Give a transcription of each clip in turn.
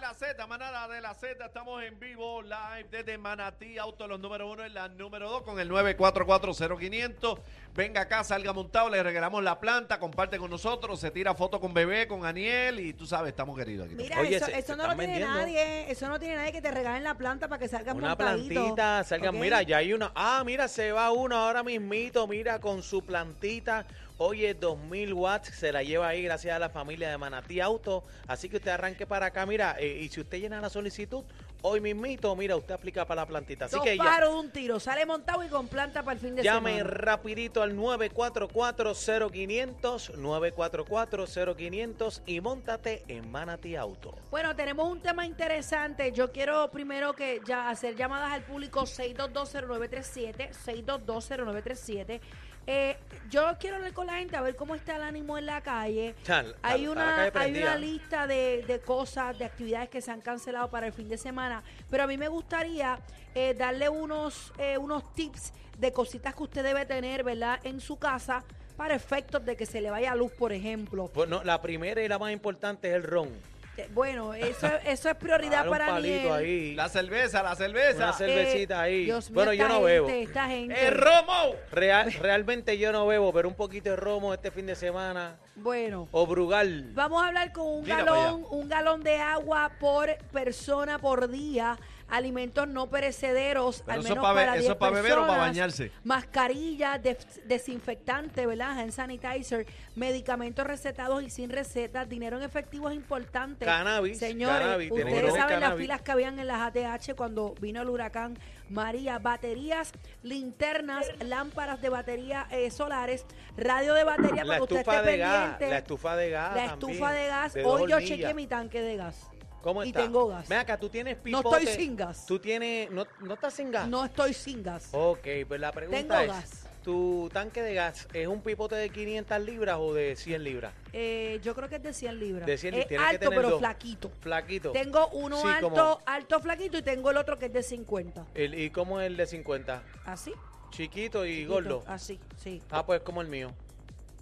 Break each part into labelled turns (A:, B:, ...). A: la Z, manada de la Z, estamos en vivo live desde Manatí, auto los número uno en la número dos con el 9440500. Venga acá, salga montado, le regalamos la planta, comparte con nosotros, se tira foto con bebé, con Aniel y tú sabes, estamos queridos aquí.
B: Mira,
C: Oye,
B: eso,
C: se-
B: eso
C: se
B: no lo
C: están
B: tiene
C: vendiendo.
B: nadie. Eso no tiene nadie que te regalen la planta para que salgas
C: Una
B: montadito,
C: plantita, salgan,
B: ¿ok?
C: mira, ya hay una. Ah, mira, se va uno ahora mismito, mira, con su plantita. Oye, 2000 watts se la lleva ahí gracias a la familia de Manatí Auto. Así que usted arranque para acá, mira, eh, y si usted llena la solicitud, hoy mismito, mira, usted aplica para la plantita. Así
B: Dos
C: que ya,
B: pájaros de un tiro. Sale montado y con planta para el fin de
C: llame
B: semana.
C: rapidito al 944-0500, 944-0500 y montate en Manatí Auto.
B: Bueno, tenemos un tema interesante. Yo quiero primero que ya hacer llamadas al público 6220937, 6220937. Eh, yo quiero hablar con la gente a ver cómo está el ánimo en la calle.
C: Chal,
B: Hay
C: la- la
B: una,
C: calle
B: hay
C: prendida.
B: una lista de, de cosas, de actividades que se han cancelado para el fin de semana, pero a mí me gustaría eh, darle unos, eh, unos tips de cositas que usted debe tener, ¿verdad?, en su casa para efectos de que se le vaya luz, por ejemplo.
C: Bueno, Pues la primera y la más importante es el ron.
B: Eh, Bueno, eso, eso es prioridad
C: Dale un
B: para eh.
C: palito
B: Aniel.
C: ahí.
A: La cerveza, la cerveza.
C: Una cer- cervecita ahí.
B: Eh, Dios mío,
C: Bueno,
B: esta
C: yo no
B: gente,
C: bebo.
B: Esta gente.
A: ¡Eh, Romo!
C: Real- realmente yo no bebo, pero un poquito de romo este fin de semana.
B: bueno,
C: O Brugal.
B: vamos a hablar con un
A: Mira para
B: galón, un galón de agua por persona por día, alimentos no perecederos,
A: Pero
B: al
A: eso
B: menos
A: pa' be-
B: para
A: eso
B: 10
A: pa' beber o pa'
B: personas,
A: bañarse.
B: Mascarilla, def- desinfectante, ¿verdad? Hand sanitizer, medicamentos recetados y sin recetas, dinero en efectivo es importante.
C: Cannabis,
B: Señores,
C: cannabis, tiene
B: ustedes
C: que tener
B: saben las
C: cannabis.
B: filas que habían en las ATH cuando vino el huracán María. Baterías, linternas, lámparas de batería eh, solares, radio de batería
C: la
B: para que usted
C: estufa
B: esté
C: de gas.
B: pendiente.
C: La estufa de gas.
B: La
C: Ah, también,
B: estufa de gas.
C: dos
B: Hoy yo
C: hornillas.
B: chequeé mi tanque de gas.
C: ¿Cómo
B: y
C: está?
B: tengo gas.
C: Ven acá, tú tienes
B: No
C: pipote.
B: estoy sin gas.
C: Tú tienes. No, no estás sin gas.
B: No estoy sin gas.
C: Ok, pues la pregunta
B: Tengo
C: es:
B: gas.
C: ¿tu tanque de gas es un pipote de 500 libras o de 100 libras?
B: Eh, yo creo que es de 100 libras.
C: De 100
B: es
C: libras. Tienes que
B: alto,
C: tener
B: pero
C: dos.
B: flaquito.
C: Flaquito.
B: Tengo uno
C: Sí,
B: alto,
C: como-
B: alto, flaquito y tengo el otro que es de 50.
C: El- ¿Y cómo es el de 50?
B: Así.
C: Chiquito y
B: chiquito,
C: gordo.
B: Así, sí.
C: Ah, pues como el mío.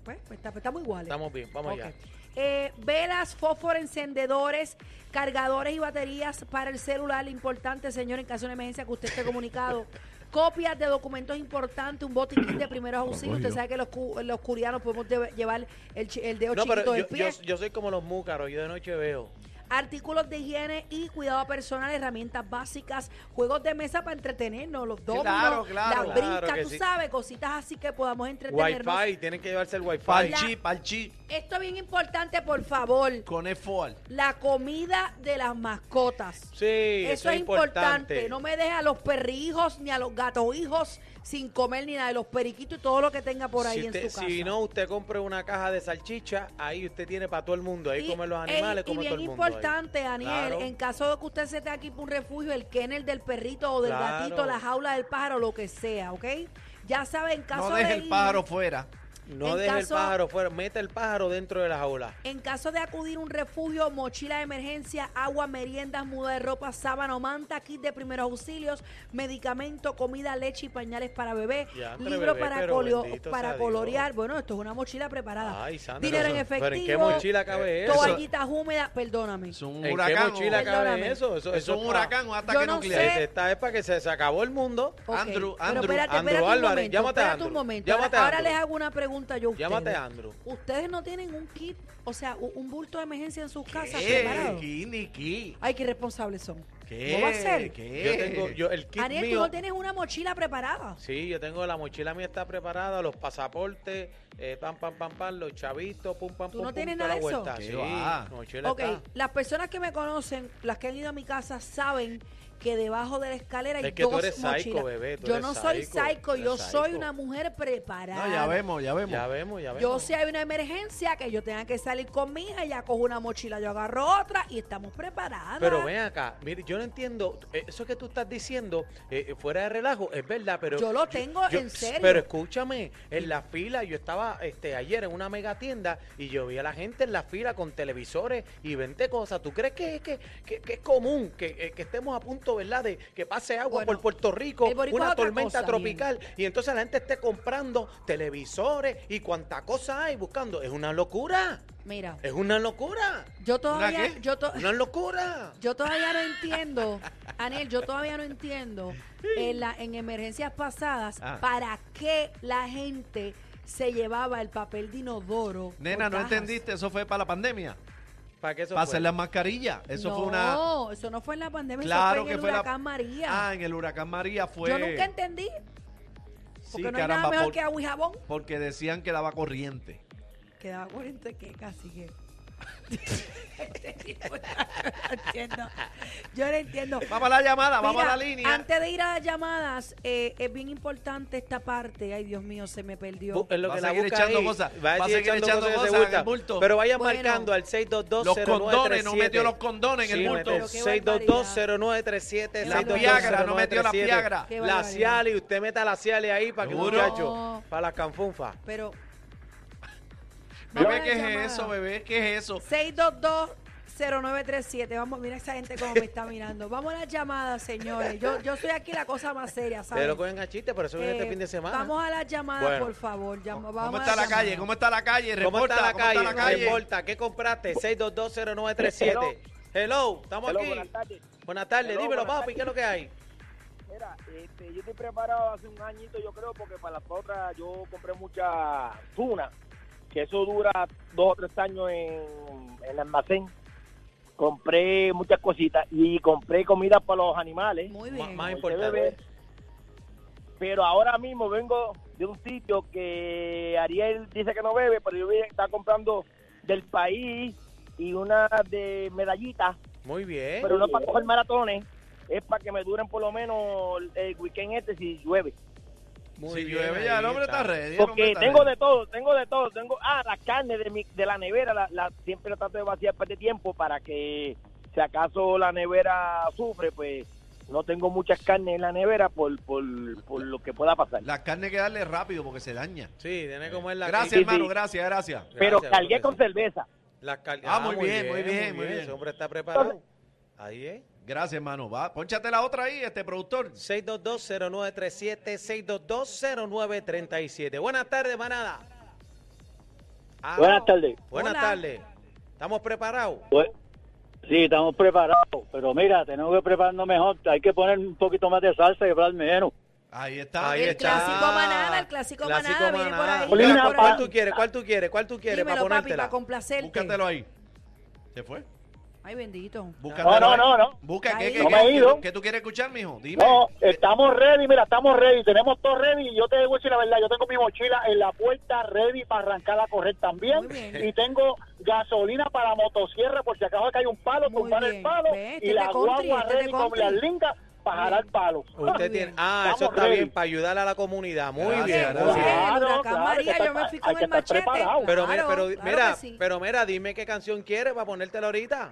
B: Pues, pues, está- pues estamos iguales.
C: Estamos bien, vamos
B: Ok.
C: allá.
B: Eh, velas, fósforo, encendedores, cargadores y baterías para el celular. Importante, señor, en caso de una emergencia que usted esté comunicado. Copias de documentos importantes, un botiquín de primeros
C: Oh,
B: auxilios. Usted sabe que los, cu- los curianos podemos de- llevar el, chi- el dedo
C: No,
B: chiquito
C: pero
B: del
C: yo,
B: pie.
C: yo- yo soy como los múcaros, yo de noche veo.
B: Artículos de higiene y cuidado personal, herramientas básicas, juegos de mesa para entretenernos, los dominos,
A: Claro, claro.
B: las brincas,
C: Claro que
B: tú
C: sí.
B: sabes, cositas así que podamos entretenernos.
C: Wi-Fi, tienen que llevarse el wifi.
B: La-
A: Palchi, palchi,
B: Esto es bien importante, por favor.
A: con esfual.
B: La comida de las mascotas.
C: Sí,
B: Eso, es importante. No me dejes a los perrijos ni a los gatohijos sin comer ni nada de los periquitos y todo lo que tenga por ahí en
C: si usted-
B: su casa.
C: Si no, usted compre una caja de salchicha, ahí usted tiene para todo el mundo. Ahí
B: Y-
C: comen los
B: ey,
C: animales,
B: y
C: come
B: bien
C: todo el mundo. ahí.
B: importante, Daniel,
C: Claro.
B: en caso de que usted se esté aquí por un refugio, el kennel del perrito o del
C: Claro.
B: gatito, la jaula del pájaro, lo que sea, ¿ok? Ya sabe, en caso
A: No
B: de
A: deje el
B: ir-
A: pájaro fuera.
C: No
B: en
C: deje
B: caso-
C: el pájaro fuera, mete el pájaro dentro de la jaula.
B: En caso de acudir a un refugio, mochila de emergencia, agua, meriendas, muda de ropa, sábana o manta, kit de primeros auxilios, medicamento, comida, leche y pañales para bebé,
C: Ya, entre
B: libro
C: bebé,
B: para,
C: pero
B: colio-
C: bendito sea
B: para
C: Dios.
B: colorear. Bueno, esto es una mochila preparada.
C: Ay, Sandra.
B: Dinero en
C: pero-
B: efectivo,
C: Pero en qué mochila cabe eso.
B: toallitas húmedas, perdóname.
A: Es un
C: ¿En qué
A: eh, huracán.
C: mochila
A: o-
B: ca- Perdóname.
C: cabe eso? Eso,
A: es
C: eso
A: un
C: pa-
A: huracán, un ataque
B: Yo no
A: nuclear.
B: sé.
C: Esta es para que se, se acabó el mundo.
B: Ok,
A: Andrew,
B: pero
A: Andrew,
B: espérate,
C: Andrew
B: espérate un
C: Álvarez,
B: momento,
C: llámate a
B: espérate un
C: Andrew,
B: momento.
C: llámate a
B: ahora
C: Andrew.
B: les hago una pregunta yo a ustedes.
C: Llámate a Andrew.
B: Ustedes no tienen un kit, o sea, un un bulto de emergencia en sus casas
A: ¿Qué?
B: preparado.
A: ¿Qué? Niki?
B: Ay, qué irresponsables son.
A: ¿Qué?
B: ¿Cómo va a ser?
A: ¿Qué?
C: Yo tengo, yo, el kit
B: Ariel,
C: mío.
B: tú no tienes una mochila preparada.
C: Sí, yo tengo la mochila mía está preparada, los pasaportes, eh, pam, pam, pam, pam, los chavitos, pum, pam,
B: ¿Tú
C: pum,
B: no
C: pum,
B: tienes
C: toda
B: nada
C: la
B: de eso?
C: vuelta.
A: ¿Qué
C: Sí,
A: va?
C: mochila
B: Ok,
C: está.
B: las personas que me conocen, las que han ido a mi casa, saben que debajo de la escalera hay
C: Es que tú
B: dos
C: eres psycho,
B: mochilas.
C: bebé, tú
B: yo
C: eres
B: no soy
C: psycho,
B: psycho,
C: eres
B: yo soy
C: psycho.
B: una mujer preparada.
A: No, ya vemos, ya vemos.
C: Ya vemos, ya vemos.
B: Yo si hay una emergencia que yo tenga que salir con mi hija, ya cojo una mochila, yo agarro otra y estamos preparadas.
C: Pero ven acá, mire, yo no entiendo, eh, eso que tú estás diciendo, eh, eh, fuera de relajo, es verdad, pero...
B: Yo lo tengo en
C: pss,
B: serio.
C: Pero escúchame, en la fila, yo estaba este ayer en una mega tienda y yo vi a la gente en la fila con televisores y 20 cosas. ¿Tú crees que, que, que, que es común que, eh, que estemos a punto, verdad, de que pase agua
B: Bueno,
C: por Puerto Rico,
B: el boricua es
C: una
B: otra
C: tormenta
B: cosa,
C: tropical, y entonces la gente esté comprando televisores y cuánta cosa hay buscando? Es una locura.
B: Mira,
C: Es una locura.
B: yo todavía,
A: qué?
B: yo, to-
C: Una locura.
B: yo todavía no entiendo, Aniel, yo todavía no entiendo en, la, en emergencias pasadas
A: Ah.
B: para qué la gente se llevaba el papel de inodoro. por
A: Nena, ¿no
B: cajas.
A: entendiste? Eso fue para la pandemia.
C: ¿Para qué eso
A: Para
C: fue?
A: hacer las mascarillas. Eso
B: no,
A: fue una...
B: eso no fue en la pandemia,
A: Claro
B: eso fue
A: que
B: en el
A: fue la-
B: huracán María.
A: Ah, en el huracán María fue...
B: Yo nunca entendí,
A: Sí,
B: porque no hay
A: caramba,
B: nada mejor
A: por-
B: que agua y jabón.
A: porque decían que daba corriente.
B: Quedaba 40 que casi que. Este tipo, yo no entiendo. Yo no entiendo.
A: Vamos a la llamada, vamos
B: Mira,
A: a la línea.
B: Antes de ir a las llamadas, eh, es bien importante esta parte. Ay, Dios mío, se me perdió.
C: Bu- eh. es lo
A: Va a
C: que la
A: seguir
C: busca
A: echando
C: ahí.
A: cosas,
C: Va a seguir echando cosas, que te
A: en el
C: gusta.
A: bulto.
C: Pero vayan
B: Bueno.
C: marcando al 6220937.
A: Los condones, no metió los condones en el
C: Sí,
A: bulto.
C: mete-
B: Pero qué
C: 6220937.
A: La
C: 6220937.
A: Viagra, no metió la Viagra.
B: Qué
C: La
B: barbaridad.
C: Ciali, usted meta la Ciali ahí para que
A: Seguro.
C: muchacho, para la canfunfa.
B: Pero.
A: Bebé, ¿qué es eso, bebé? ¿Qué es eso?
B: 622-0937. Vamos, mira esa gente cómo me está mirando. Vamos a las llamadas, señores. Yo, yo soy aquí la cosa más seria, ¿sabes?
C: Pero lo cogen a chiste, por eso viene este
B: Eh,
C: fin de semana.
B: Vamos a las llamadas,
C: Bueno.
B: por favor. Llama-
A: ¿Cómo
B: vamos a
A: está la
B: las
A: calle?
B: llamadas.
A: ¿Cómo está la calle?
C: ¿Cómo
A: Reporta,
C: está la calle?
A: ¿Cómo está la calle?
C: Reporta, ¿qué compraste? 6220937. Hello, estamos
D: Hello,
C: aquí.
D: buenas tardes.
C: Buenas tardes,
D: Hello,
C: dímelo,
D: buenas
C: papi, ¿qué es lo que hay?
D: Mira, este, yo estoy preparado hace un añito, yo creo, porque para las otras yo compré mucha tuna, que eso dura dos o tres años en, en el almacén. Compré muchas cositas y compré comida para los animales.
B: Muy
C: Ma-
B: bien.
C: más
D: como
C: importante.
D: usted bebé. Pero ahora mismo vengo de un sitio que Ariel dice que no bebe, pero yo voy a estar comprando del país y una de medallitas
C: Muy bien.
D: pero no para coger maratones, es para que me duren por lo menos el weekend este si llueve.
C: Muy
A: Si
C: bien,
A: llueve
C: ahí
A: ya, el hombre está ready. el hombre
D: Porque
A: está
D: tengo
A: ready.
D: de todo, tengo de todo, tengo ah la carne de mi, de la nevera, la, la- siempre la trato de vaciar para de tiempo para que si acaso la nevera sufre, pues no tengo muchas carnes en la nevera por, por, por lo que pueda pasar.
A: La carne hay que darle rápido porque se daña.
C: Sí, tiene que comer la
A: Gracias,
D: Sí, sí.
A: hermano, gracias, gracias.
D: pero
C: Gracias,
D: cargué
C: claro
D: con
C: que sí.
D: cerveza.
C: Las cal-
A: Ah, muy bien, muy bien, muy bien.
C: Ese hombre está preparado. Ahí es.
A: Gracias, hermano. Va, ponchate la otra ahí, este productor.
C: 6220937, 6220937. Buenas tardes, manada. Ah,
E: Buenas
C: no.
E: tardes.
C: Buenas
B: Hola.
C: tardes. ¿Estamos preparados?
E: Pues, sí, estamos preparados, pero mira, tenemos que prepararnos mejor. Hay que poner un poquito más de salsa y hablar menos.
A: Ahí está. eh,
C: Ahí
B: el
C: está.
B: clásico manada, el clásico, manada, viene por ahí.
E: Polina,
B: viene
C: Mira,
B: por
C: ¿cuál,
E: pa-
B: ahí.
C: cuál tú quieres? ¿Cuál tú quieres? ¿Cuál tú quieres
B: Dímelo,
C: para
B: papi, para
C: ponértela?
B: complacerte.
A: Búscatelo ahí. ¿Se fue?
B: Ay, bendito.
A: Búscatelo
E: no,
A: ahí.
E: no, no.
A: Busca, ¿qué,
B: Ahí.
A: qué,
E: No
A: qué-
E: me he ido.
A: qué- qué tú quieres escuchar, mijo? Dime.
E: No, eh. estamos ready, mira, estamos ready, tenemos todo ready. Yo te digo la verdad, yo tengo mi mochila en la puerta ready para arrancarla a correr también.
B: Muy bien.
E: Y tengo gasolina para motosierra por si acaso cae un palo,
B: Muy
E: tumbar
B: bien.
E: el palo.
B: Ve, este
E: y la
B: es de country,
E: guagua
B: este es de
E: ready con
B: country.
E: las lingas para
B: Muy
E: jalar
B: bien.
E: palo.
C: Usted
B: Muy
C: tiene.
B: bien.
C: Ah, eso
E: Estamos
C: está
E: ready.
C: bien para ayudar a la comunidad. Muy
A: Gracias,
C: bien.
A: gracias.
C: muy bien.
B: Porque el
E: Claro,
B: huracán
E: claro,
B: María,
E: que está-
B: yo me fui
E: hay
B: con el
E: que estar
B: machete.
E: preparado.
C: Pero, mira,
B: Claro,
C: pero,
B: claro
C: mira,
B: que sí.
C: pero mira, dime qué canción quieres para ponértela ahorita.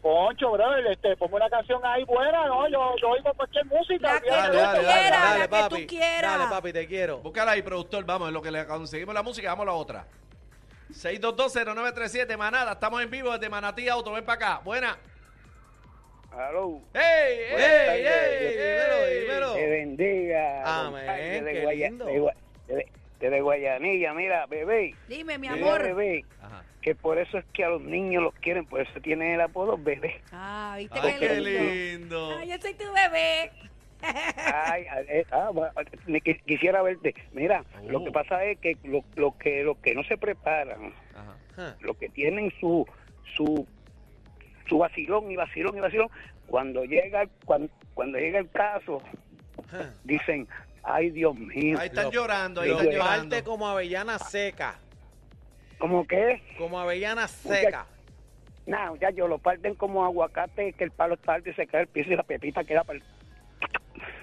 E: Concho, brother, este, pongo una canción ahí buena, ¿no? Yo, yo oigo cualquier música.
B: La que
E: olvídate
A: tú
E: de eso.
A: quieras. Era
B: la que tú quieras.
C: Dale, papi, te quiero.
A: Búscala ahí, productor. Vamos, en lo que le conseguimos la música, vamos a la otra. 6220937, Manada. Estamos en vivo desde Manatí Auto. Ven para acá. Buena.
F: Aló,
A: ¡Ey, ey, ey! ey.
C: Dios te bendiga.
F: te bendiga.
C: Amén,
F: compadre,
C: qué
F: De, Guaya-
C: lindo.
F: de Gua- de- desde Guayanilla, mira, bebé.
B: Dime, mi
F: mira,
B: amor.
F: bebé,
A: Ajá.
F: que por eso es que a los niños los quieren, por eso tienen el apodo bebé.
B: Ah, viste
A: Ay,
B: que
A: qué
B: lindo.
A: lindo.
B: Ay, yo soy tu bebé.
F: Ay, a- eh, ah, bueno, me qui- quisiera verte. Mira,
A: Oh.
F: lo que pasa es que lo, lo que los que no se preparan,
A: Ajá.
C: Ajá.
F: los que tienen su su su vacilón y vacilón y vacilón, cuando llega cuando, cuando llega el caso
C: Ajá.
F: dicen, ay Dios mío,
A: Ahí están
C: Lo-
A: llorando, ahí
C: Lo
A: están llorando.
C: parte como avellana seca.
F: como que
C: Como avellana seca.
F: No, ya yo lo parten como aguacate, que el palo está alto y se cae el piso y la pepita queda para el...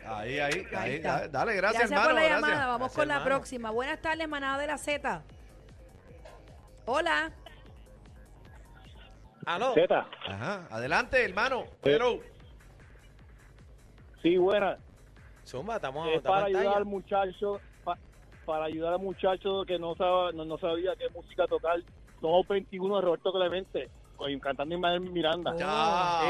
A: Ahí, ahí,
B: Ahí
A: ahí.
B: está.
A: da- Dale, gracias, hermano.
B: por la
A: gracias.
B: llamada. Vamos
C: Gracias,
B: con la
C: hermano.
B: próxima. Buenas tardes, manada de la Z. Hola.
C: Aló.
E: Zeta,
A: Ajá. Adelante, hermano.
C: Eh.
A: Pero,
E: sí, buena.
C: Zumba, estamos,
E: es
C: estamos
E: para
C: en talla.
E: ayudar al muchacho pa- para ayudar al muchacho que no, sab- no, no sabía qué música tocar no 21 de Roberto Clemente eh, cantando Ismael Miranda.
A: Ya,
C: Eh,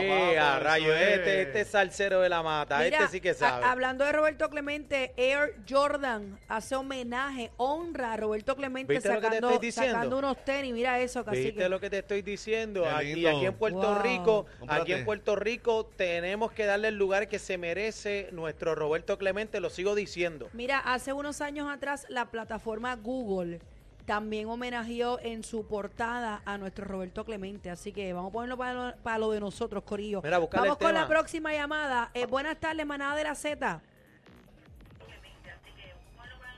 A: papo,
C: a
A: eso
C: rayo,
A: es.
C: este, este es salsero de la mata,
B: Mira,
C: este sí que sabe.
B: a- hablando de Roberto Clemente, Air Jordan hace homenaje, honra a Roberto Clemente
C: ¿Viste lo que te
B: sacando,
C: estoy diciendo?
B: sacando unos tenis. Mira eso,
C: ¿Viste
B: cacique.
C: lo que te estoy diciendo?
A: Qué
C: Aquí,
A: lindo.
C: aquí en Puerto
B: Wow.
C: Rico, aquí
A: Cómprate.
C: en Puerto Rico tenemos que darle el lugar que se merece nuestro Roberto Clemente, lo sigo diciendo.
B: Mira, hace unos años atrás la plataforma Google también homenajeó en su portada a nuestro Roberto Clemente. Así que vamos a ponerlo para lo, para lo de nosotros, Corillo.
C: Mira, búscale
B: vamos
C: el
B: con
C: tema.
B: la próxima llamada. Eh, buenas tardes, manada de la Z.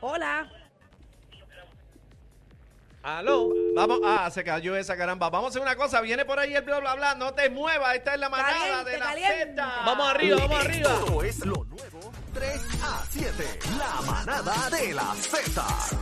B: Hola.
C: Aló,
A: Vamos, ah, se cayó esa caramba. Vamos a hacer una cosa, viene por ahí el bla bla bla, no te muevas, esta es la manada
B: Caliente,
A: de la
B: caliente.
A: Zeta.
C: vamos arriba, vamos arriba.
G: Esto es lo nuevo 3 a 7. La manada de la Z.